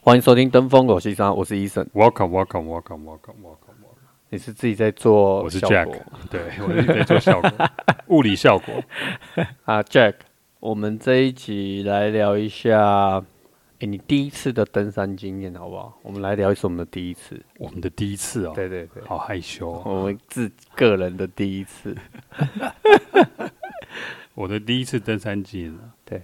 欢迎收听《登峰狗西山》，我是医生， Welcome, welcome, welcome, welcome, welcome. welcome. 你是自己在做我是效 Jack，果对我是在 做效果，物理效果。啊，Jack，我们这一集来聊一下，诶，你第一次的登山经验好不好？我们来聊一次我们的第一次。我们的第一次哦，对对对，好害羞哦、我们自个人的第一 次。我的第一次登山经验啊，对，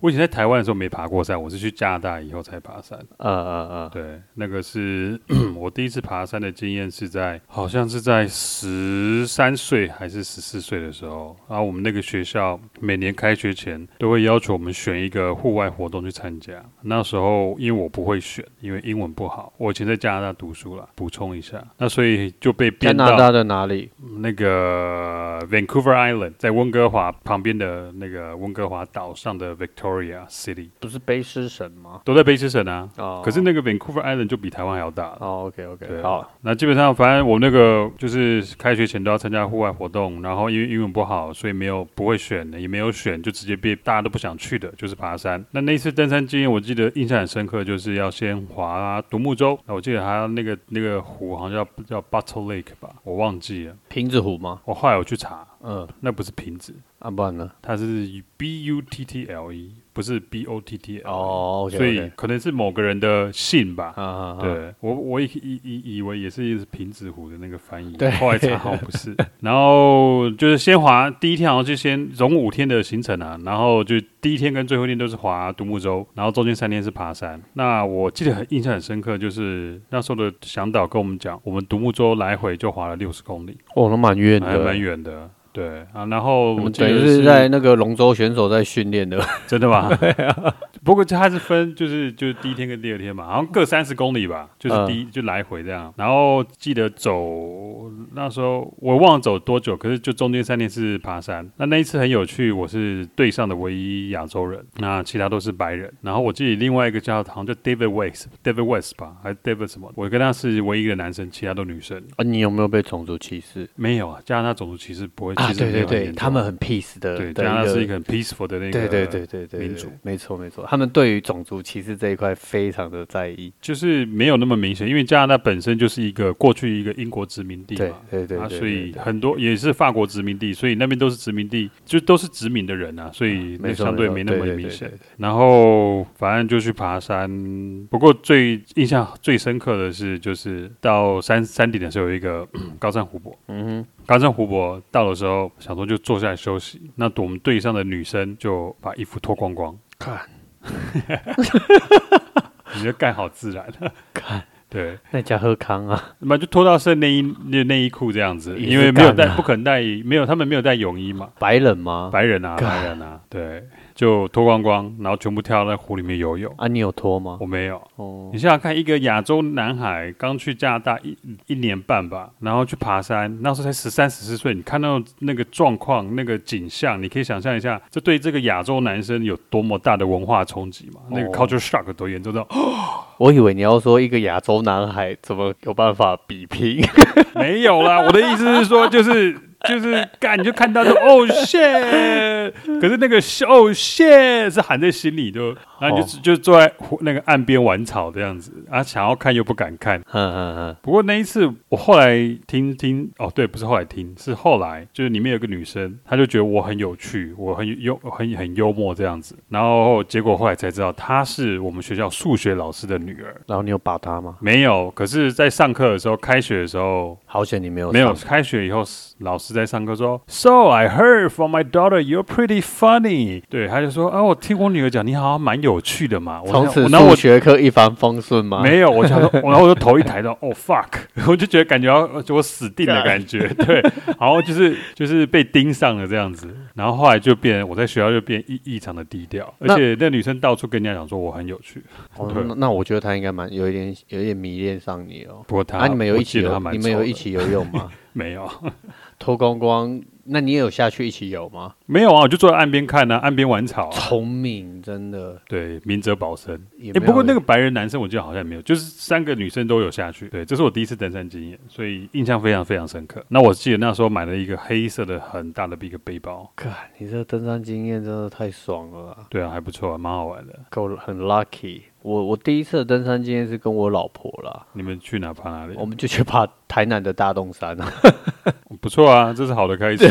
我以前在台湾的时候没爬过山，我是去加拿大以后才爬山。呃呃呃，对，那个是 我第一次爬山的经验是在，好像是在十三岁还是十四岁的时候。然后我们那个学校每年开学前都会要求我们选一个户外活动去参加。那时候因为我不会选，因为英文不好，我以前在加拿大读书啦，补充一下，那所以就被加编拿到大的哪里？那个 Vancouver Island，在温哥华旁边的那个温哥华岛上的 Victoria City，不是卑诗省吗？都在卑诗省啊。哦，可是那个 Vancouver Island 就比台湾还要大了哦，OK OK，对啊好，那基本上，反正我那个就是开学前都要参加户外活动，然后因为英文不好，所以没有不会选的，也没有选，就直接被大家都不想去的，就是爬山。那那一次登山经验，我记得印象很深刻，就是要先划独木舟。那我记得还有那个那个湖好像叫叫 Bottle Lake 吧，我忘记了。瓶子湖吗？我后来我去查，嗯，那不是瓶子，啊，不然呢？它是 B U T T L E，不是 B O T T L E。哦，OK，所以可能是某个人的姓吧。啊啊，啊，对我，我以以以以为也是平子湖的那个翻译对，后来查好像不是。然后就是先滑第一天，好像就先总五天的行程啊，然后就第一天跟最后一天都是滑独木舟，然后中间三天是爬山。那我记得很印象很深刻，就是那时候的向导跟我们讲，我们独木舟来回就滑了六十公里，哦，那蛮远还的，蛮远的。对啊，然后我我们记得等于是在那个龙舟选手在训练的， 真的 吗？啊不过它是分，就是就是第一天跟第二天嘛，好像各三十公里嗯吧，就是第一、就来回这样。然后记得走那时候我忘了走多久，可是就中间三天是爬山。那那一次很有趣，我是队上的唯一亚洲人，那其他都是白人。然后我记得另外一个叫好像叫 David West，David West 吧，还是 David 什么？我跟他是唯一一个男生，其他都女生。啊，你有没有被种族歧视没有啊，加拿大种族歧视不会，啊？其实对没对有很对，严重他们很 peace 的，对的加拿大是一个很 peaceful 的那个对对对对对民对族没错没错，他们对于种族歧视这一块非常的在意，就是没有那么明显，因为加拿大本身就是一个过去一个英国殖民地对嘛，对对啊，对所以对很多也是法国殖民地，所以那边都是殖民地，就都是殖民的人啊，所以那没错相对错没那么对对明对显对。对然后反正就去爬山，不过最印象最深刻的是，就是到山山顶的时候有一个 嗯高山湖泊，嗯高山湖泊到的时候想说就坐下来休息，那我们队上的女生就把衣服脱光光，哼，看你觉得盖好 自然，看 对。 那家喝康啊，那么就脱到剩内衣内内衣裤这样子，也是因为没有带干啊，不可能带，没有他们没有带泳衣嘛，白人吗？白人啊，干白人啊，对，就脱光光，然后全部跳到那湖里面游泳。啊，你有脱吗？我没有，哦你，想想看，一个亚洲男孩刚去加拿大一一年半吧，然后去爬山，那时候才十三十四岁，你看到那个状况、那个景象，你可以想象一下，这对这个亚洲男生有多么大的文化冲击嘛？那个哦 culture shock 多严重到我以为你要说一个亚洲男孩怎么有办法比拼， 没有啦，我的意思是说，就是就是干，你就看到说哦 shit，可是那个哦 shit 是含在心里就，然后你就、就坐在湖那个岸边玩草这样子，啊，想要看又不敢看。嗯嗯嗯，不过那一次，我后来听听哦，对，不是后来听，是后来，就是里面有个女生，她就觉得我很有趣，我很幽很很幽默这样子，然后结果后来才知道她是我们学校数学老师的女儿，然后你有把他吗？没有，可是在上课的时候，开学的时候，好险你没有没有，哦上开学以后老师在上课说，So I heard from my daughter you're pretty funny。对，他就说，啊，我听我女儿讲，你好像蛮有趣的嘛。我从想此我然后数我学课一帆风顺吗？没有，我想说， 我然后我就头一抬到，哦 fuck，我 就觉得感觉要就我死定的感觉，对，然后就是就是被盯上了这样子，然后后来就变，我在学校就变异异常的低调，而那且那女生到处跟人家讲说我很有趣，哦对那那我觉得他应该蛮有一点有一点迷恋上你哦。不过她，啊，你们有我一起记得游她蛮 你们有丑的一起游泳吗？没有？脱光光那你也有下去一起游吗？没有啊，我就坐在岸边看啊，岸边玩草、啊。聪明，真的对，明哲保身。也哎、没有不过那个白人男生我记得好像也没有，就是三个女生都有下去。对，这是我第一次登山经验，所以印象非常非常深刻。那我记得那时候买了一个黑色的很大的一个背包，干，你这个登山经验真的太爽了啊，对啊，还不错、啊，蛮好玩的。够很 lucky。我我第一次的登山经验是跟我老婆啦，你们去哪爬哪里我？们就去爬台南的大洞山啊。不错啊，这是好的 开始。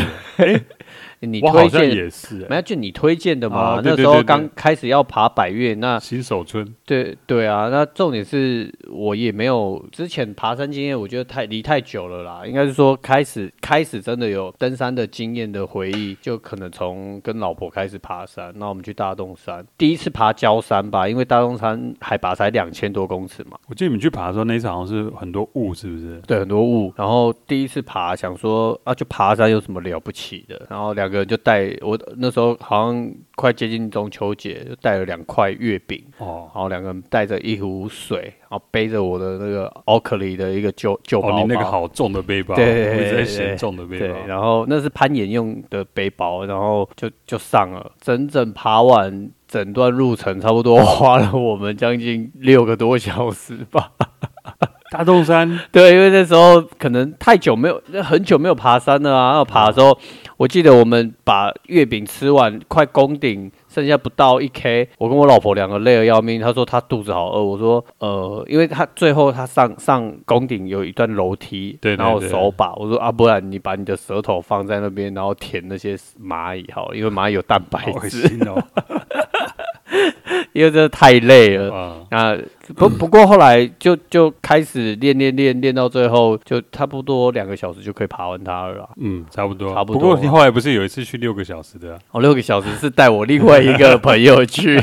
你我好推像荐也是、没有就你推荐的嘛？啊对那对时候对对刚开始要爬百越，那欸新手村对对啊，那重点是我也没有之前爬山经验，我觉得太离太久了啦。应该是说开始开始真的有登山的经验的回忆，就可能从跟老婆开始爬山。那我们去大洞山，第一次爬焦山吧，因为大洞山海拔才两千多公尺嘛，我记得你们去爬的时候，那一次好像是很多雾，是不是？对，很多雾。然后第一次爬，想说啊，就爬山有什么了不起的？然后两个人就带我那时候好像快接近中秋节，就带了两块月饼。哦然后两个人带着一壶水，然后背着我的那个奥克利的一个旧旧包哦，包，你那个好重的背包，对对对我一直在对嫌重的背对，包。然后那是攀岩用的背包，然后就就上了，整整爬完整段路程，差不多花了我们将近六个多小时吧。大 洞山对，因为那时候可能太久没有，很久没有爬山了啊。然后爬的时候，我记得我们把月饼吃完，快攻顶，剩下不到一 k，我跟我老婆两个累得要命。她说她肚子好饿，我说呃，因为她最后她上上攻顶有一段楼梯，对对然后对手把，我说啊，不然你把你的舌头放在那边，然后舔那些蚂蚁好了，因为蚂蚁有蛋白好恶质，心哦！因为真的太累了。啊，啊，不不过后来就就开始练练练练到最后，就差不多两个小时就可以爬完它了啦。嗯，差不多， 差不不多过你后来不是有一次去六个小时的啊、哦，六个小时是带我另外一个朋友 去，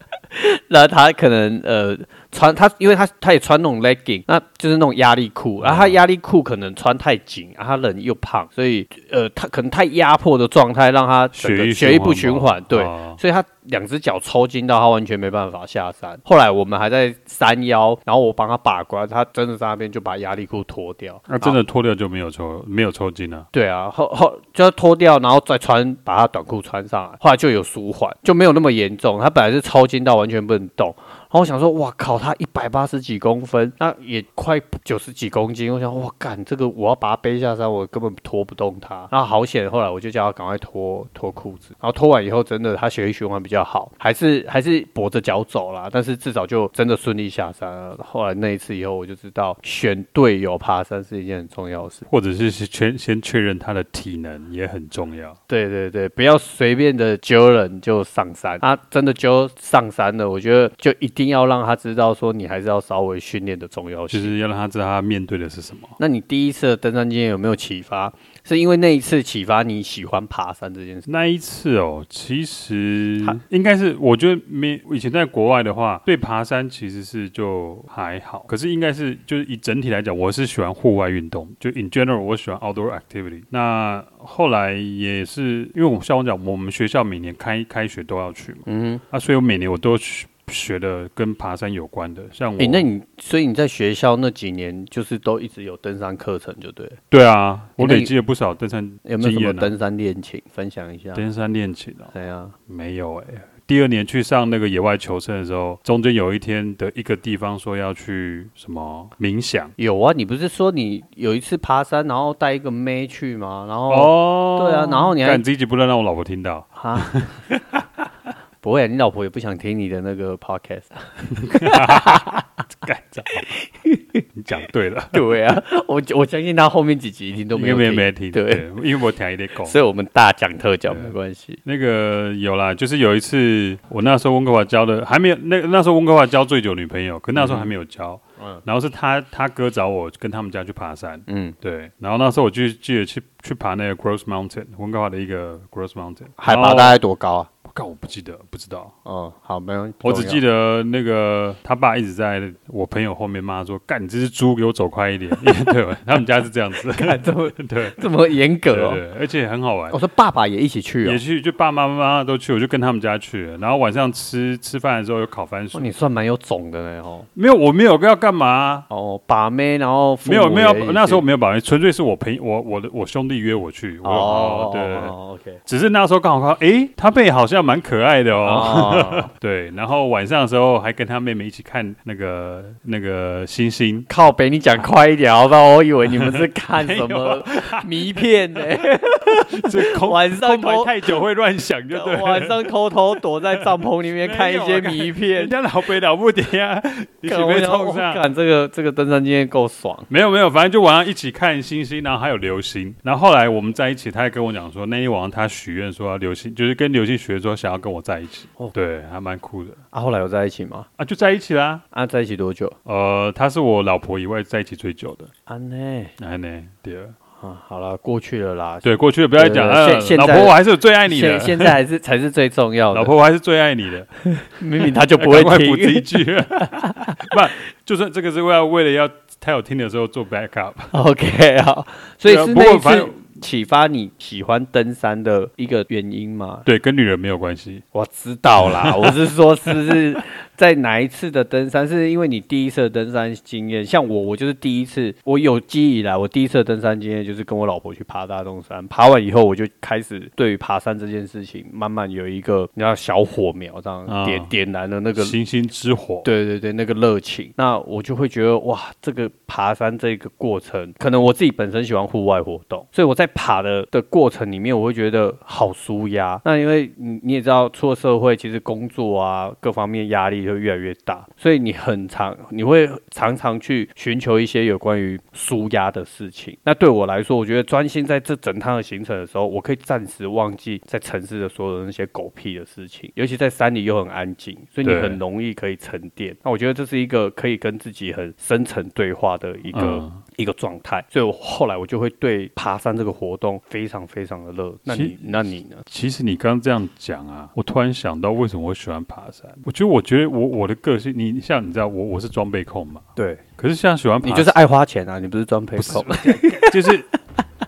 那他可能呃穿他，因为他他也穿那种 legging，那就是那种压力裤，嗯然后他压力裤可能穿太紧，啊、他人又胖，所以呃他可能太压迫的状态让他整血个液血液不循循环环，吗对，哦所以他两只脚抽筋到他完全没办法下山。后来我们还在山腰，然后我帮他把关，他真的在那边就把压力裤脱掉，那、啊真然后。的脱掉就没有抽，没有抽筋了、对啊，后后就要脱掉，然后再穿，把他短裤穿上来，后来就有舒缓，就没有那么严重。他本来是抽筋到完全不能动，然后我想说，哇靠，他一百八十几公分，那也快九十几公斤，我想，哇干，这个我要把他背下山，我根本拖不动他。然后好险，后来我就叫他赶快脱脱裤子，然后脱完以后，真的他血液循环比较好，还是还是跛着脚走啦，但是至少就真的顺利下山了。后来那一次以后，我就知道选队友爬山是一件很重要的事。或者是先先确认他的体能也很重要。对对对，不要随便的揪人就上山。他、真的揪上山了，我觉得就一定要让他知道说你还是要稍微训练的重要就性。是要让他知道他面对的是什么。那你第一次的登山经验有没有启发？是因为那一次启发你喜欢爬山这件事？那一次哦，其实他应该是我觉得没以前在国外的话，对爬山其实是就还好，可是应该是就是以整体来讲，我是喜欢户外运动，就 in general 我喜欢 outdoor activity。那后来也是因为我像我讲，我们学校每年开开学都要去嘛，嗯啊，所以我每年我都学学的跟爬山有关的，像我哼，诶，那你所以你在学校那几年就是都一直有登山课程，就对了。对啊，我那你累积了不少登山有没有经什么验、啊，登山啊恋情分享一下？登山恋情哦。对啊，没有哎、第二年去上那个野外求生的时候，中间有一天的一个地方说要去什么冥想有啊，你不是说你有一次爬山，然后带一个妹去吗？然后哦对啊然后你还干这一集不能让我老婆听到，哈， 不会、啊，你老婆也不想听你的那个 podcast。 干这样你讲对了，对啊，我我相信她后面几集一定都没因有为听，没听对，，因为我听一点狗。所以我们大讲特讲没关系。那个有啦，就是有一次，我那时候温哥华交的还没有，那那时候温哥华交最久女朋友，可那时候还没有交。嗯然后是他他哥找我跟他们家去爬山， 嗯，对。然后那时候我就记得去去爬那个 Gross Mountain，温哥华的一个 Gross Mountain，海然拔后大概多高啊？干我不记得，不知道。哦，好，没有，我只记得得那个他爸一直在我朋友后面骂说：“干，你这只猪，给我走快一点！” 因为对，他们家是这 样子，这么 对这么严格对哦。对，而且很好玩我。说爸爸也一起去也哦，去，就爸爸妈妈都去，我就跟他们家去了。然后晚上吃吃饭的时候有烤番薯哇，哦你算蛮有种的呢哦。没有，我没有要干嘛啊、哦，把妹，然后父没有母没有也一，起那时候没有保安，纯粹是我朋我我的我兄弟约我去。我哦，对对，对哦，OK，只是那时候刚好看到，诶，他妹好像蛮可爱的哦。哦， 对，然后晚上的时候还跟他妹妹一起看那个那个星星。靠北，你讲快一点，好不好？我以为你们是 看什么迷片呢、这 空晚上空白偷太久会乱想，就 对了。晚上偷偷躲在帐篷里面 看一些迷人片。家老北老不爹 啊，一起干我被想冲说上。干这个这个登山经验够爽没有没有，反正就晚上一起看星星，然后还有流星。然后后来我们在一起，他还跟我讲说，那天晚上他许愿说要流星，就是跟流星许愿说想要跟我在一起。哦对，还蛮酷的啊！后来有在一起吗？啊，就在一起啦。啊，在一起多久？呃，他是我老婆以外在一起最久的。啊呢哎呢，对了啊，好了，过去了啦。对，过去的不要再讲对对对了。呃现老现婆，在我还是有最爱你现的。现在还是才是最重要的。老婆，我还是最爱你的，哎明明他就不 会赶快补这一听。句。 不，就算这个是为了为了要他有听的时候做 backup。 OK 好，所以对啊是不那过一反次正启发你喜欢登山的一个原因吗？对，跟女人没有关系。我知道啦，我是说，是不是在哪一次的登山？是因为你第一次的登山经验？像我，我就是第一次，我有记忆以来，我第一次的登山经验就是跟我老婆去爬大东山。爬完以后，我就开始对于爬山这件事情，慢慢有一个你知道小火苗这样啊点、点燃了那个星星之火，对对对，那个热情，那我就会觉得哇，这个爬山这个过程，可能我自己本身喜欢户外活动，所以我在爬的的过程里面，我会觉得好舒压。那因为你你也知道，出了社会，其实工作啊各方面压力就越来越大，所以你很常你会常常去寻求一些有关于舒压的事情。那对我来说，我觉得专心在这整趟的行程的时候，我可以暂时忘记在城市的所有的那些狗屁的事情，尤其在山里又很安静，所以你对很容易可以沉淀。那我觉得这是一个可以跟自己很深层对话的一个、嗯一个状态，所以我后来我就会对爬山这个活动非常非常的热。那其你实那你呢？其实你刚刚这样讲啊，我突然想到为什么我喜欢爬山。我觉得，我觉得我我的个性，你像你知道，我我是装备控嘛。对可是像喜欢爬你山，就是爱花钱啊，你不是专配控？ 就是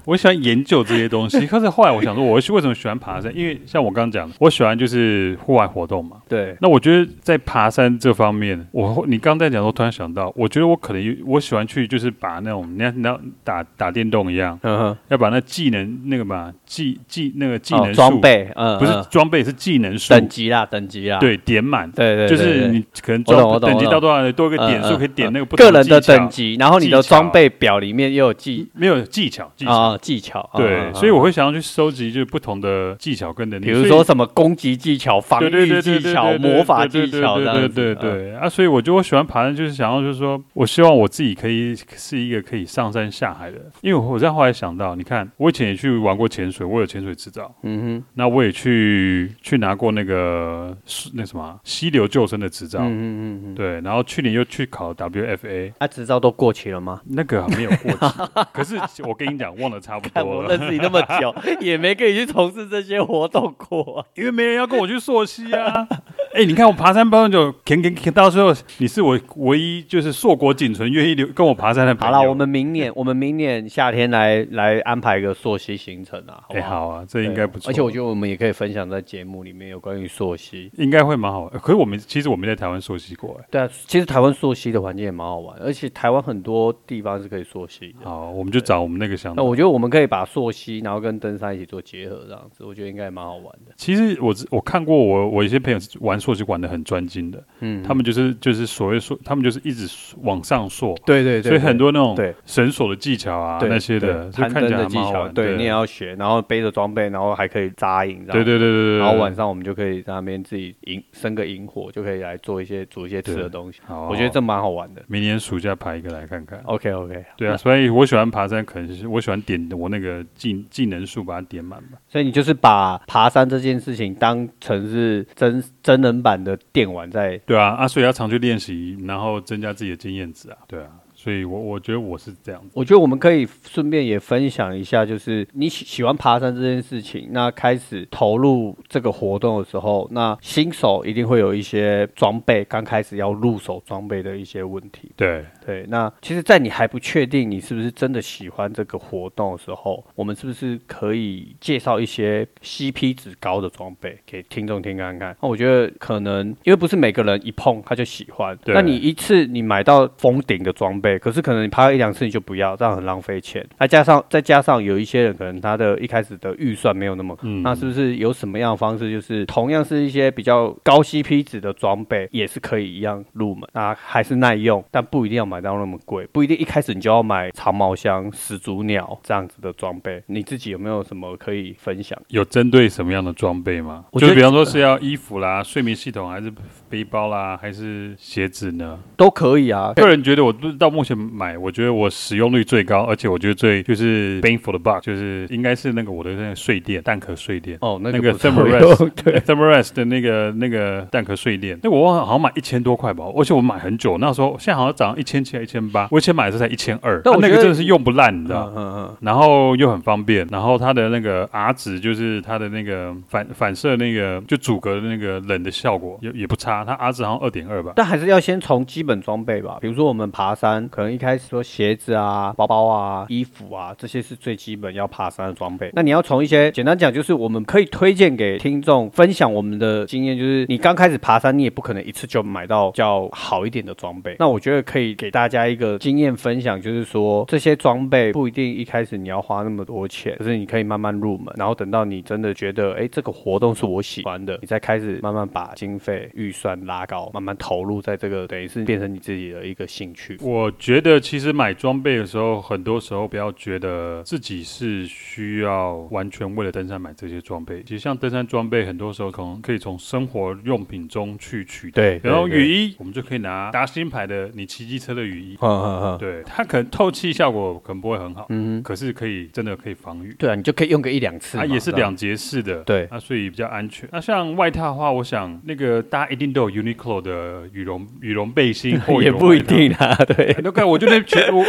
我喜欢研究这些东西。可是后来我想说，我为什么喜欢爬山？因为像我刚刚讲的，我喜欢就是户外活动嘛。对，那我觉得在爬山这方面，我你刚在讲的时候，我突然想到，我觉得我可能有我喜欢去就是把那种你看你知道打打电动一样，嗯哼，要把那技能那个嘛技技那个技哦能装、树备，嗯，不是嗯装备是技能数，等级啦，等级啦，对，点满，对对，就对是对你可能我懂我装懂等级我到懂多少，多个嗯点数嗯可以点嗯那个不同个人的技巧等级，然后你的技巧装备表里面又有技没有技巧，技巧。啊技巧，啊对，啊所以啊我会想要去收集，就是不同的技巧跟能力，比如所以说什么攻击技巧、防对对御对对技对巧、对对魔法技对对巧这对样对子，对嗯对啊！所以我就我喜欢爬山，就是想要就是说我希望我自己可以是一个可以上山下海的人，因为我在后来想到，你看我以前也去玩过潜水，我有潜水执照，嗯那我也去去拿过那个那什么啊溪流救生的执照哼，，嗯嗯嗯嗯，对，然后去年又去考 WFA，啊，执照都过期了吗？那个没有过 期，可是我跟你讲，忘得差不看多哎我了，认识你那么 久，也没跟你去从事这些活动过、因为没人要跟我去溯溪啊。 哎、你看我爬山爬很久，肯肯肯，到最后你是我唯一就是硕果仅存愿意留跟我爬山的朋好友。啦，我们明 年，我们明年夏天来来安排一个溯溪行程啊，好哎、不好？好啊，这对应该不错，而且我觉得我们也可以分享在节目里面有关于溯溪。应该会蛮好玩。可是我们其实我没在台湾溯溪过、哎。对啊，其实台湾溯溪的环境也蛮好玩，而且台湾很多地方是可以溯溪的。好，我们就找我们那个乡嗯那长。我觉得我们可以把溯溪，然后跟登山一起做结合，这样子，我觉得应该也蛮好玩的。其实我知我看过我我一些朋友是玩溯溪玩的很专精的，嗯，他们就是就是所谓溯，他们就是一直往上溯，对对所以很多那对种绳索的技巧啊对那些对的，就攀看登起来的还技蛮好巧，玩。对，你也要学，然后背着装备，然后还可以扎营，这样对对对对对，然后晚上我们就可以在那边自己营生个营火，就可以来做一些煮一些吃的东西。好啊，我觉得这蛮好玩的。明年暑假爬一个来看看。 OK OK，对啊，所以我喜欢爬山，可能是我喜欢点我那个技技能数把它点满吧。所以你就是把爬山这件事情当成是真真人版的电玩在。对啊，啊，所以要常去练习，然后增加自己的经验值啊。对啊，所以我我觉得我是这样子。我觉得我们可以顺便也分享一下，就是你喜喜欢爬山这件事情，那开始投入这个活动的时候，那新手一定会有一些装备，刚开始要入手装备的一些问题。对，对，那其实，在你还不确定你是不是真的喜欢这个活动的时候，我们是不是可以介绍一些 CP 值高的装备给听众听看看？那我觉得可能因为不是每个人一碰他就喜欢，对那你一次你买到封顶的装备，可是可能你拍一两次你就不要，这样很浪费钱。再加上再加上有一些人可能他的一开始的预算没有那么，嗯那是不是有什么样的方式，就是同样是一些比较高 CP 值的装备，也是可以一样入门啊，还是耐用，但不一定要买到那么贵，不一定一开始你就要买长毛箱、始祖鸟这样子的装备。你自己有没有什么可以分享？有针对什么样的装备吗？我就觉得比方说是要衣服啦、睡眠系统，还是背包啦，还是鞋子呢？都可以啊， 个人觉得，我到目前买，我觉得我使用率最高，而且我觉得最就是 bang for the buck，就是应该是那个我的那个睡垫，蛋壳睡垫。 哦，那那个个不错 Thermarest 对 Thermarest 的那个那个蛋壳睡垫，那我忘了好像买一千多块吧，而且我买很久，那时候现在好像涨一千七、一千八，我以前买的时候才一千二，啊但我那觉得个真的是用不烂，你知道吗嗯。嗯嗯，然后又很方便，然后它的那个 R 值就是它的那个反反射那个就阻隔的那个冷的效果也也不差，它 R 值好像二点二吧。但还是要先从基本装备吧，比如说我们爬山，可能一开始说鞋子啊、包包啊、衣服啊，这些是最基本要爬山的装备。那你要从一些简单讲，就是我们可以推荐给听众分享我们的经验，就是你刚开始爬山，你也不可能一次就买到较好一点的装备。那我觉得可以给大家一个经验分享，就是说这些装备不一定一开始你要花那么多钱，可是你可以慢慢入门，然后等到你真的觉得，哎，这个活动是我喜欢的，你再开始慢慢把经费预算拉高，慢慢投入在这个，等于是变成你自己的一个兴趣。我觉得其实买装备的时候，很多时候不要觉得自己是需要完全为了登山买这些装备。其实像登山装备，很多时候可能可以从生活用品中去取代。对，然后对雨，衣，我们就可以拿达新牌的你骑机车的雨衣对，嗯嗯嗯，对它可能透气效果可能不会很好，嗯哼，可是可以真的可以防雨。对啊，你就可以用个一两次嘛，它啊也是这样两节式的，对啊，所以比较安全。那像外套的话，我想那个大家一定都有 Uniqlo 的羽绒羽绒背心 或也羽绒不一外套定啊，对哎。那个我就那觉得我，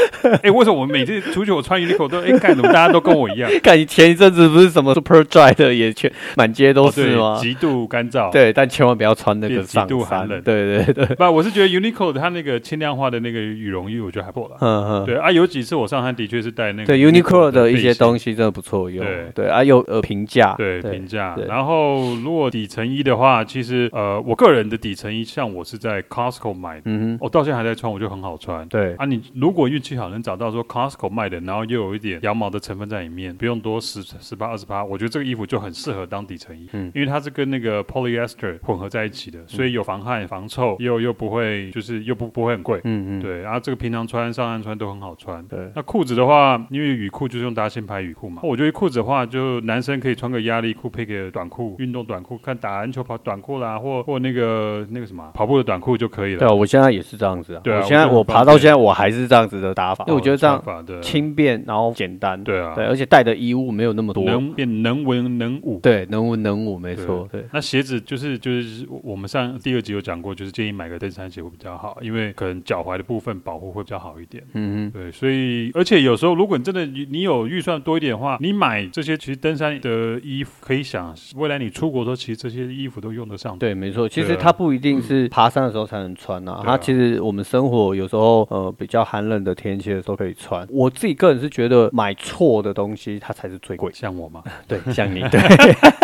哎、为什么我每次出去我穿 Uniqlo 都哎，干、怎么大家都跟我一样？看你前一阵子不是什么 Super Dry 的也全满街 都哦是对吗？极度干燥。，对，但千万不要穿那变个极上度衫寒。冷对对对，不，我是觉得 Uniqlo 它那个轻量化的那个羽绒衣，我觉得还不 错了。嗯嗯。 对啊，有几次我上山的确是带那个对 Uniqlo 的一些东。东西真的不错用，对对啊，有呃评价，对评价对。然后如果底层衣的话，其实呃，我个人的底层衣，像我是在 Costco 买的，嗯哼，我到现在还在穿，我就很好穿。对啊，你如果运气好能找到说 Costco 卖的，然后又有一点羊毛的成分在里面，不用多十十八二十八，我觉得这个衣服就很适合当底层衣，嗯因为它是跟那个 polyester 混合在一起的，所以有防汗、防臭，又又不会就是又不不会很贵，嗯嗯，对，啊然后这个平常穿、上岸穿都很好穿。对那裤子的话，因为雨裤就是用搭线牌雨裤嘛，我觉得裤子的话，就男生可以穿个压力裤配个短裤，运动短裤，看打篮球跑短裤啦，或或那个那个什么啊跑步的短裤就可以对了。啊，我现在也是这样子啊，对啊我现在我觉得我很爬方便到现在我还是这样子的打法，因为我觉得这样哦穿法对轻便，然后简单，对啊，对，而且带的衣物没有那么多，能变能文能武。对，能文能武，没错，对，那鞋子就是就是我我们上第二集有讲过，就是建议买个登山鞋会比较好，因为可能脚踝的部分保护会比较好一点。嗯对，所以而且有时候，如果你真的你你有预算多一点的话，你买这些其实登山的衣服，可以想未来你出国的时候，其实这些衣服都用得上哼，。对，没错，其实对啊它不一定是爬山的时候才能穿啊，对它啊其实我们生活有时候呃比较寒冷的天气的时候可以穿，我自己个人是觉得买错的东西它才是最贵的。像我嘛， 对，像你，对，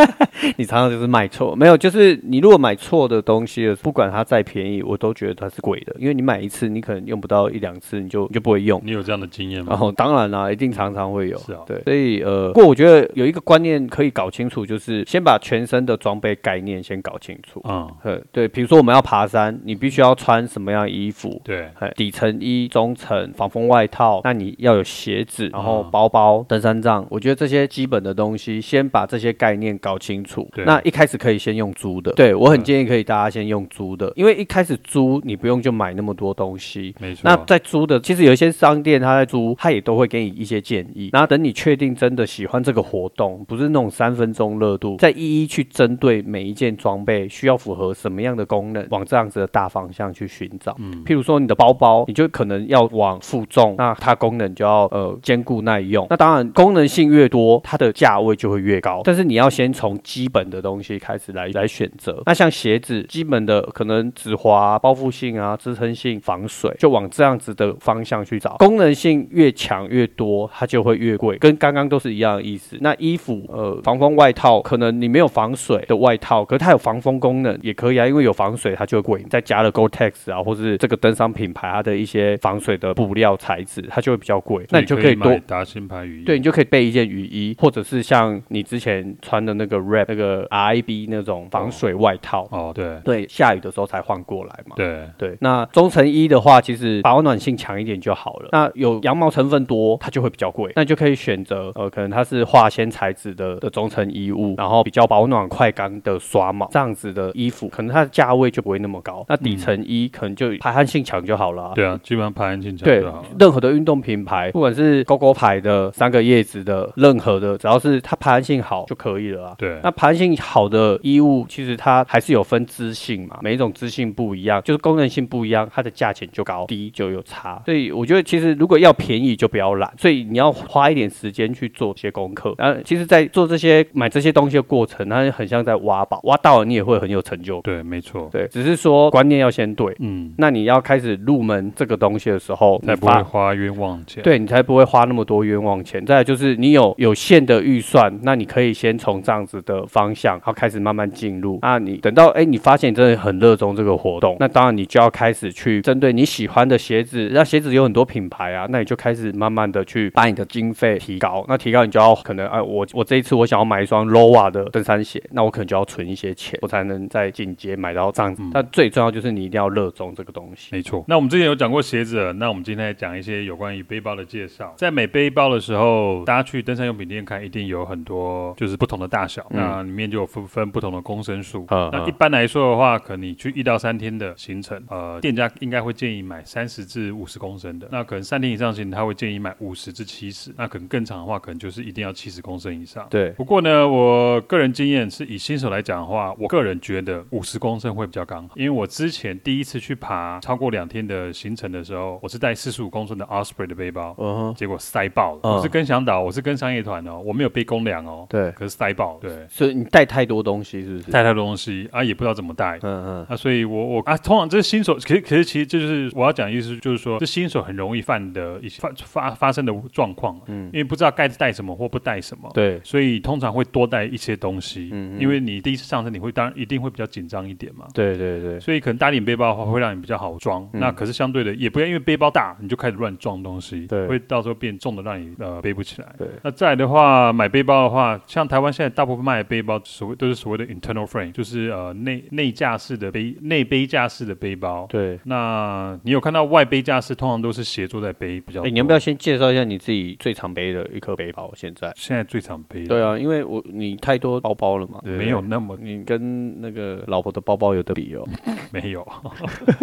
你常常就是卖错，没有，就是你如果买错的东西了，不管它再便宜，我都觉得它是贵的，因为你买一次，你可能用不到一两次，你就你就不会用。你有这样的经验然吗？后当然啦、一定常常会有，嗯是啊对，所以呃，不过我觉得有一个观念可以搞清楚，就是先把全身的装备概念先搞清楚。嗯，呃，对，比如说我们要爬山，你必须要穿什么样的衣服，对，哎，底层衣、中层防风外套，那你要有鞋子，然后嗯包包、登山杖，我觉得这些基本的东西，先把这些概念搞清清楚。对那一开始可以先用租的，对我很建议可以大家先用租的，因为一开始租你不用就买那么多东西。没错。那在租的，其实有一些商店他在租，他也都会给你一些建议。然后等你确定真的喜欢这个活动，不是那种三分钟热度，再一一去针对每一件装备需要符合什么样的功能，往这样子的大方向去寻找。譬如说你的包包，你就可能要往负重，那它功能就要呃兼顾耐用。那当然，功能性越多，它的价位就会越高。但是你要先从基本的东西开始来来选择。那像鞋子，基本的可能止滑、包覆性啊、支撑性、防水，就往这样子的方向去找。功能性越强越多，它就会越贵，跟刚刚都是一样的意思。那衣服，呃，防风外套，可能你没有防水的外套，可是它有防风功能也可以啊，因为有防水它就会贵。再加了 Gore-Tex 啊，或是这个登山品牌它的一些防水的布料材质，它就会比较贵。那你就可以多买达新牌雨衣，对，你就可以备一件雨衣，或者是像你之前穿的那个 Rap 那个 RIB 那种防水外套，哦，对对，下雨的时候才换过来嘛。对，对，那中层衣的话，其实保暖性强一点就好了。那有羊毛成分多，它就会比较贵。那你就可以选择呃，可能它是化纤材质的的中层衣物，然后比较保暖快干的刷毛这样子的衣服，可能它的价位就不会那么高。那底层衣可能就排汗性强就好了啊、对啊，基本上排安进场对啊就好了。，任何的运动品牌，不管是勾勾牌的、三个叶子的，任何的，只要是它排汗性好就可以了啊。对那排汗性好的衣物，其实它还是有分支性嘛，每一种支性不一样，就是功能性不一样，它的价钱就高低就有差。所以我觉得，其实如果要便宜就不要懒，所以你要花一点时间去做一些功课。然后，其实，在做这些买这些东西的过程，它很像在挖宝，挖到了你也会很有成就感。对，没错，对，只是说观念要先对。嗯，那你要开始入门这个东西的时候，才你不会发花冤枉钱。对你才不会花那么多冤枉钱。再来就是你有有限的预算，那你可以先从这样子的方向，然后开始慢慢进入。那你等到哎、你发现你真的很热衷这个活动，那当然你就要开始去针对你喜欢的鞋子，那鞋子有很多品牌啊，那你就开始慢慢的去把你的经费提高。那提高你就要可能哎、我我这一次我想要买一双 Lowa 的登山鞋，那我可能就要存一些钱，我才能在进阶买到这样子。但最重要就是你一定要热衷这个东西。没错，那我们之前有讲过鞋子了，啊那我们今天来讲一些有关于背包的介绍。在买背包的时候，大家去登山用品店看，一定有很多就是不同的大小，那里面就有分分不同的公升数。嗯那嗯一般来说的话，可能你去一到三天的行程，呃，店家应该会建议买三十至五十公升的。那可能三天以上的行程，他会建议买五十至七十。那可能更长的话，可能就是一定要七十公升以上。对，不过呢，我个人经验是以新手来讲的话，我个人觉得五十公升会比较刚好，因为我之前第一次去爬超过两天的行程的时候，我是带四十五公升的 Osprey 的背包，嗯哼，结果塞爆了。嗯我是跟向导，我是跟商业团哦，我没有背公粮哦，对。可是塞爆了，对，所以你带太多东西是不是？带太多东西啊，也不知道怎么带。嗯嗯，啊，所以我我啊，通常这是新手，可是可是其实这就是我要讲的意思，就是说这新手很容易犯的一些发发发生的状况，嗯，因为不知道该带什么或不带什么，对，所以通常会多带一些东西，嗯嗯因为你第一次上山，你会当然一定会比较紧张一点嘛。对对对，所以可能大一点背包的话，会让你比较好装。嗯那可是相对的，也不要因为背包大你就开始乱撞东西，对会到时候变重的，让你呃背不起来。对那再来的话，买背包的话，像台湾现在大部分卖的背包，所谓都是所谓的 internal frame，就是呃内内架式的背内背架式的背包。对。那你有看到外背架式，通常都是斜坐在背比较哎、多。你要不要先介绍一下你自己最常背的一颗背包？现在？现在最常背？对啊，因为我你太多包包了嘛，对不对没有，那么你跟那个老婆的包包有得比哦。 没有，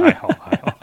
还好还好。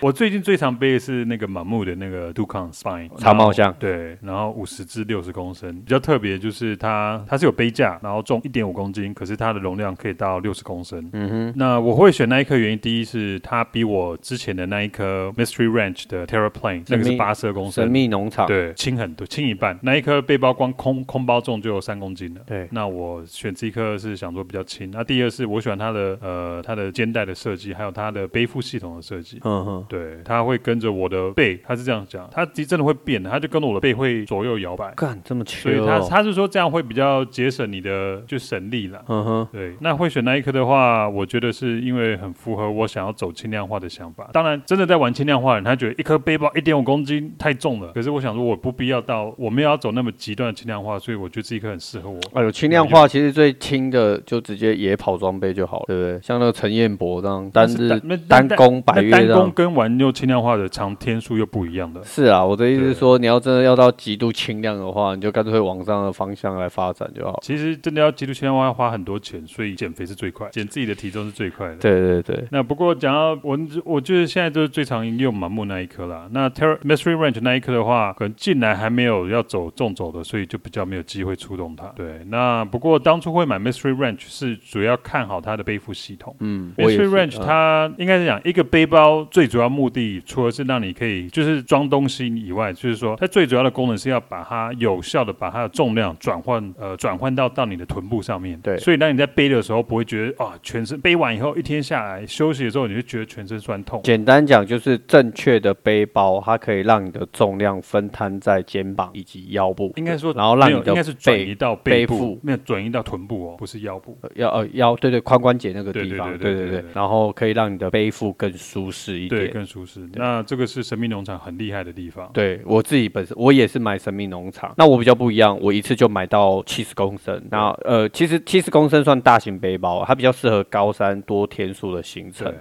我最近最常背的是那个满木的那个 Ducon Spine 长毛象对，然后五十至六十公升，比较特别就是它它是有杯架，然后重一点五公斤，可是它的容量可以到六十公升。嗯哼，那我会选那一颗原因，第一是它比我之前的那一颗 Mystery Ranch 的 Terra Plane 那个是神秘八十二公神升，秘农场。对，轻很多，轻一半。那一颗背包光空空包重就有三公斤了。对那我选这一颗是想说比较轻。那第二是我喜欢它的呃它的肩带的设计，还有它的背负系统的设计。嗯哼，对，它会跟着我的背，它是这样讲，它其实真的会变的，它就跟着我的背会左右摇摆，干这么所缺以它哦。它是说这样会比较节省你的就省力啦。嗯哼，对，那会选那一颗的话，我觉得是因为很符合我想要走轻量化的想法。当然，真的在玩轻量化的人，他觉得一颗背包一点五公斤太重了。可是我想说，我不必要到我没有要走那么极端的轻量化，所以我觉得这一颗很适合我。哎呦，轻量化其实最轻的就直接野跑装备就好了，对不对？像那个陈彦博这样单但日是那那单攻百那越单这样攻，跟玩又轻量化的长天数又不一样的。是啊，我的意思是对说，你要真的要到极度轻量的话，你就干脆往上的方向来发展就好。其实真的要极度轻量化要花很多钱，所以减肥是最快，减自己的体重是最快的。对对对，那不过讲到我，我就是现在就是最常用满木那一颗啦。那 Terra Mystery Range 那一颗的话，可能近来还没有要走纵走的，所以就比较没有机会触动它。对，那不过当初会买 Mystery Range 是主要看好它的背负系统。嗯，我也 Mystery 是 Range 嗯它应该是讲一个背包最主要目的，除了是让你可以就是装东西以外，就是说它最主要的功能是要把它有效的把它的重量转换呃转换到到你的臀部上面。对所以当你在背的时候不会觉得啊全身背完以后一天下来休息的时候你就觉得全身酸痛。简单讲就是正确的背包，它可以让你的重量分摊在肩膀以及腰部，应该说然后让没有你的应该是转移到背背部部，没有转移到臀部哦，不是腰部。呃腰呃腰对对髋关节那个对地对方，对对对对对对对，然后可以让你的背负更舒适一对，点。更舒适。那这个是神秘农场很厉害的地方。对我自己本身，我也是买神秘农场。那我比较不一样，我一次就买到七十公升。那呃，其实七十公升算大型背包，它比较适合高山多天数的行程。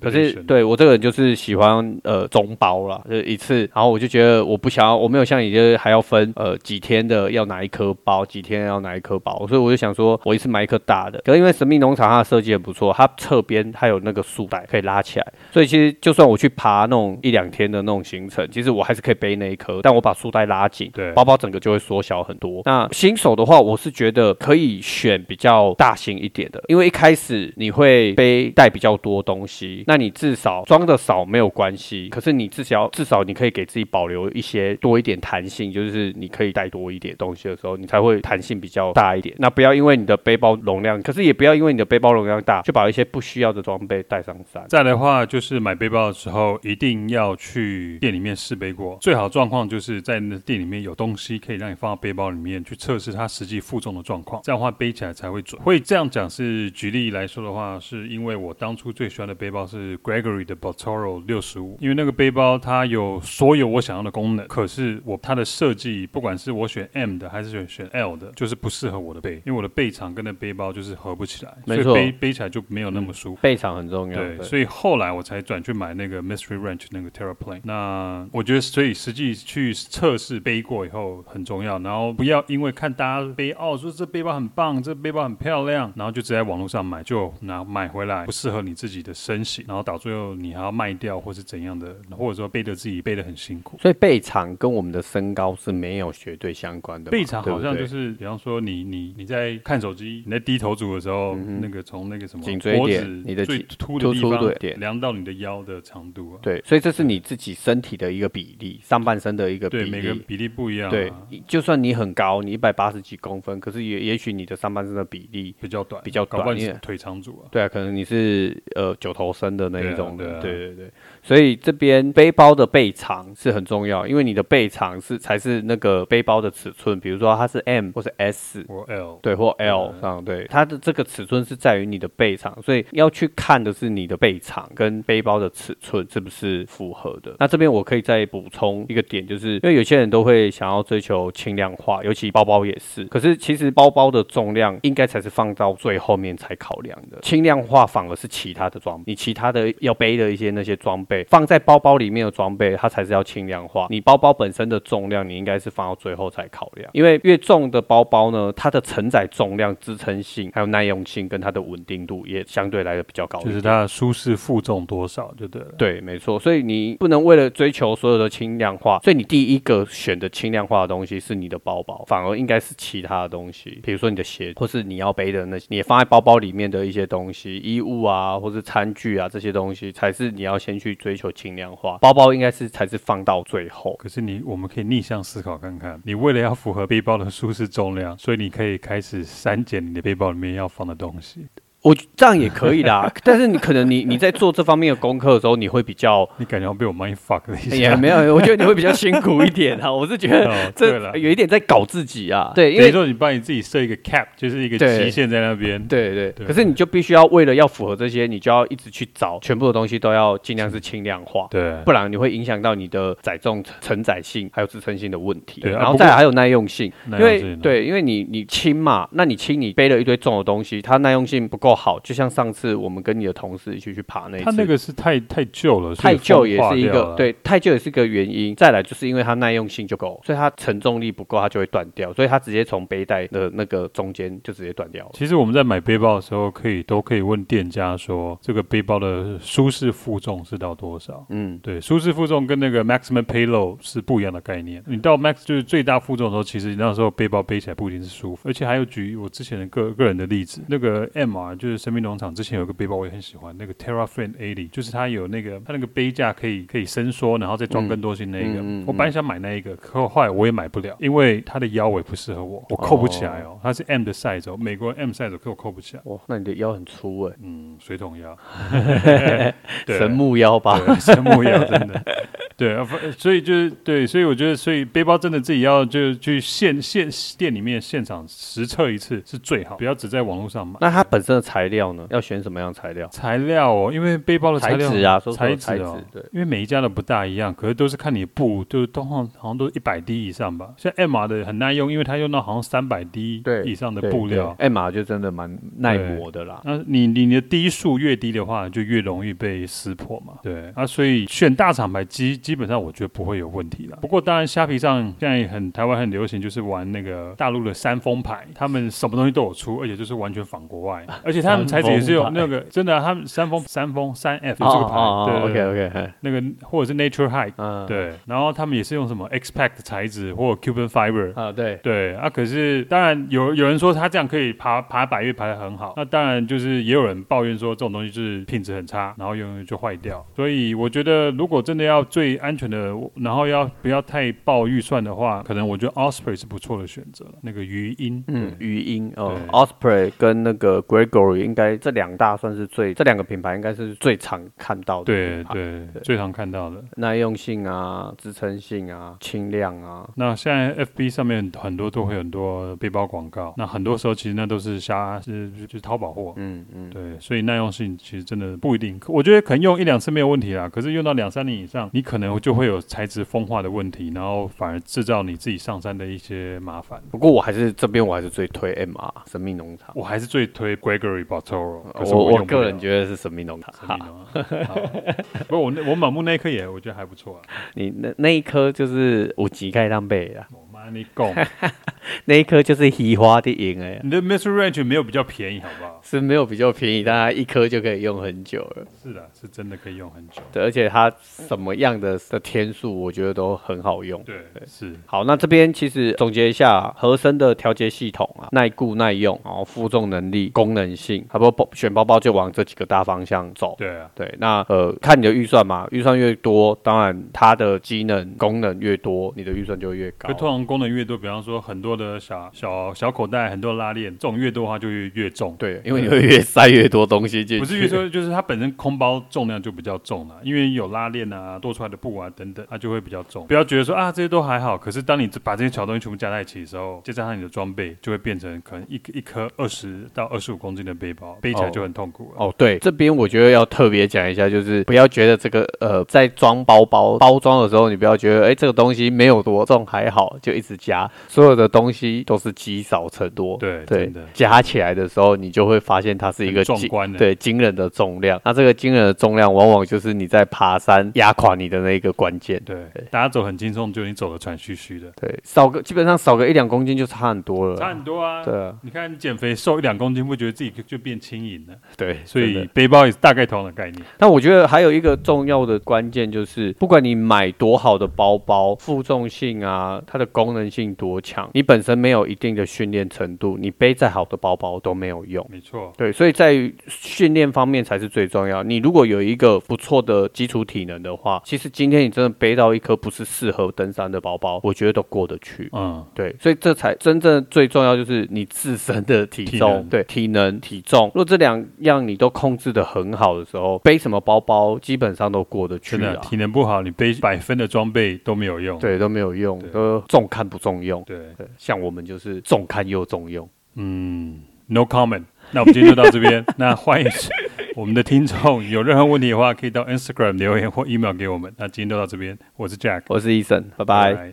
可是 Expedition 对我这个人就是喜欢呃中包啦，就是一次，然后我就觉得我不想要，我没有像你就是还要分呃几天的要哪一颗包，几天要哪一颗包，所以我就想说我一次买一颗大的。可是因为神秘农场它的设计很不错，它侧边它有那个束带可以拉起来，所以其实就算我去爬那种一两天的那种行程，其实我还是可以背那一颗，但我把束带拉紧，对包包整个就会缩小很多。那新手的话，我是觉得可以选比较大型一点的，因为一开始你会背带比较多东西，那你至少装的少没有关系，可是你至少至少你可以给自己保留一些多一点弹性，就是你可以带多一点东西的时候，你才会弹性比较大一点。那不要因为你的背包容量，可是也不要因为你的背包容量大，就把一些不需要的装备带上山。再来的话，就是买背包的时候一定要去店里面试背过，最好状况就是在那店里面有东西可以让你放到背包里面去测试它实际负重的状况，这样的话背起来才会准。会这样讲是举例来说的话，是因为我当初最喜欢的背包是 Gregory 的 Botoro 六十五，因为那个背包它有所有我想要的功能，可是我它的设计不管是我选 M 的还是选选 L 的，就是不适合我的背，因为我的背长跟那背包就是合不起来，没所以错嗯背背起来就没有那么舒服。背场很重要，对，所以后来我才转去买那个 Mystery Ranch 那个 Terraplane。那我觉得，所以实际去测试背过以后很重要，然后不要因为看大家背哦，说这背包很棒，这背包很漂亮，然后就直接在网络上买，就拿买回来不适合你自己的身形，然后到最后你还要卖掉或是怎样的，或者说背着自己背得很辛苦。所以背长跟我们的身高是没有绝对相关的嘛。背长对不好像对就是，比方说你你你在看手机，你在低头族的时候，那个从那个什么嗯颈椎脖点子你的最颈凸突的地出的方点量到你的腰的长度啊。对，所以这是你自己身体的一个比例，上半身的一个比对，每个例。比例不一样、啊，对，就算你很高，你一百八十几公分，可是也也许你的上半身的比例，比较短，比较短搞不好你因是为腿长组啊。对啊，可能你是呃九头身的那对一啊种的，对啊对对对。所以这边背包的背长是很重要，因为你的背长是才是那个背包的尺寸，比如说它是 M 或是 S，我 L，对，或 L 上，对，它的这个尺寸是在于你的背长，所以要去看的是你的背长跟背包的尺寸是不是符合的。那这边我可以再补充一个点，就是因为有些人都会想要追求轻量化，尤其包包也是。可是其实包包的重量应该才是放到最后面才考量的，轻量化反而是其他的装备，你其他的要背的一些那些装备放在包包里面的装备，它才是要轻量化。你包包本身的重量，你应该是放到最后才考量，因为越重的包包呢，它的承载重量、支撑性、还有耐用性跟它的稳定度也相对来的比较高一就点。是它的舒适负重多少就对了。对，没错，所以你不能为了追求所有的轻量化，所以你第一个选的轻量化的东西是你的包包，反而应该是其他的东西，比如说你的鞋，或是你要背的那些，你放在包包里面的一些东西，衣物啊，或是餐具啊，这些东西才是你要先去追求轻量化。包包应该是才是放到最后。可是你，我们可以逆向思考看看，你为了要符合背包的舒适重量，所以你可以开始删减你的背包里面要放的东西。我这样也可以 啦，但是你可能你你在做这方面的功课的时候，你会比较。你感觉要被我 mind fuck 了一也下。哎没有，我觉得你会比较辛苦一点啊。我是觉得哦对这了有一点在搞自己啊。对，因等为于说你帮你自己设一个 cap，就是一个对极限在那边。对对，对可是你就必须要为了要符合这些，你就要一直去找，全部的东西都要尽量是轻量化，对不然你会影响到你的载重、承载性还有支撑性的问题。对啊然后不再过来还有耐用性，耐因用为性对，因为你你轻嘛，那你轻你背了一堆重的东西，它耐用性不够好，就像上次我们跟你的同事一起去爬那一次，它那个是太太旧了，所以太旧也风化是一掉个了，对，太旧也是一个原因。再来就是因为它耐用性就够，所以它承重力不够，它就会断掉，所以它直接从背带的那个中间就直接断掉了。其实我们在买背包的时候，可以都可以问店家说，这个背包的舒适负重是到多少？嗯，对，舒适负重跟那个 maximum payload 是不一样的概念。你到 max 就是最大负重的时候，其实你那时候背包背起来不一定是舒服。而且还有举我之前的个个人的例子，那个 MR 就是生命农场之前有个背包我也很喜欢，那个 TerraFlame 80，就是它有那个它那个杯架可以可以伸缩，然后再装更多新的一嗯个。嗯嗯我本来想买那一个，可后来我也买不了，因为它的腰围不适合我，我扣不起来哦。它是 M 的 size 哦，美国 M size 哦可我扣不起来。哇，那你的腰很粗哎、嗯，水桶 腰，对神木腰吧？对，神木一样，真的。 对，啊反所以就是对，所以我觉得，所以背包真的自己要就是去现现店里面现场实测一次是最好，不要只在网络上买。那它本身的材料呢？要选什么样的材料？材料哦，因为背包的材料质啊，说材材质质哦，对，因为每一家的不大一样，可是都是看你的布，就是通常好像都一百滴以上吧。像 M R 的很耐用，因为它用到好像三百滴对以上的对布料。对 M R 哎就真的蛮耐磨的啦。那你你你的低数越低的话，就越容易被撕破嘛。对啊，所以选大厂牌基基本上我觉得不会有问题啦。不过当然虾皮上现在也很台湾很流行，就是玩那个大陆的山峰牌，他们什么东西都有出，而且就是完全仿国外，啊而且他们材质也是有山那个真的啊、他们山峰山峰三 F 有哦这个牌，对对 OK 对 OK，那个或者是 Nature Hike，、嗯，对，然后他们也是用什么 X Pack 的材质或者 Cuban Fiber，啊对，对啊，可是当然有有人说他这样可以爬爬百越爬得很好，那当然就是也有人抱怨说这种东西就是品质很差，然后用用就坏掉。所以我觉得如果真的要最安全的，然后要不要太爆预算的话，可能我觉得 Osprey 是不错的选择了，那个鱼鹰，嗯，对，鱼鹰哦对，Osprey 跟那个 Gregory 应该这两大算是最这两个品牌应该是最常看到的对品牌，对对最常看到的。耐用性啊、支撑性啊、轻量啊，那现在 FB 上面很多都会有很多背包广告，那很多时候其实那都是瞎是就是淘宝货，嗯嗯，对，所以耐用性其实真的不一定，可我觉得可能用一两次没有问题啦，可是用到两三年以上，你可能就会有材质风化的问题，然后反而制造你自己上山的一些麻烦。不过我还是这边我还是最推 MR 神秘农场，我还是最推 Gregory Bartolo，可是哦我用我不了个人觉得是神秘农场。神秘农场好不过我那我满目那一刻也我觉得还不错啊，你那那一颗就是五级盖浪贝啊啦，我妈你拱， 那一颗就是移花的赢哎，你的 Mr. Range 没有比较便宜好不好？是没有比较便宜，但它一颗就可以用很久了。是的，是真的可以用很久。对，而且它什么样的的天数，我觉得都很好用。对，是好，那这边其实总结一下，和声的调节系统啊，耐固耐用，然后负重能力、功能性，差不多选包包就往这几个大方向走。对啊，对，那呃，看你的预算嘛，预算越多，当然它的机能功能越多，你的预算就会越高可。通常功能越多，比方说很多的小小小口袋，很多拉链，这种越多的话就越越重。对，因为你会越塞越多东西进去。不是越说， 就是它本身空包重量就比较重了，因为有拉链啊、多出来的布啊等等，它就会比较重。不要觉得说啊这些都还好，可是当你把这些小东西全部加在一起的时候，再加上你的装备，就会变成可能一一颗二十到二十五公斤的背包，背起来就很痛苦了。哦，对，这边我觉得要特别讲一下，就是不要觉得这个呃，在装包包包装的时候，你不要觉得哎，这个东西没有多重还好，就一直加，所有的东西都是积少成多。对哦对真的，加起来的时候，你就会发现它是一个很壮惊观的对惊人的重量。那这个惊人的重量，往往就是你在爬山压垮你的那个关键。对，大家走很轻松，就你走的喘吁吁的，对，少个基本上少个一两公斤就差很多了。差很多啊。对啊，你看，你减肥瘦一两公斤，会觉得自己就就变轻盈了，对，所真的以背包也是大概同样的概念。但我觉得还有一个重要的关键就是，不管你买多好的包包，负重性啊，它的功能性多强，你本身没有一定的训练程度，你背再好的包包都没有用。没错，对，所以在于训练方面才是最重要。你如果有一个不错的基础体能的话，其实今天你真的背到一颗不是适合登山的包包，我觉得都过得去。嗯，对，所以这才真正最重要，就是你自身的体体重，能对体能、体重。如果这两样你都控制的很好的时候，背什么包包基本上都过得去真的啊了、体能不好，你背百分的装备都没有用。对，都没有用对，都重看不重用。对。对，像我们就是重看又重用。嗯，no comment。那我们今天就到这边。 那欢迎我们的听众有任何问题的话，可以到 Instagram 留言或 email 给我们。那今天就到这边，我是 Jack，我是医生，拜拜。拜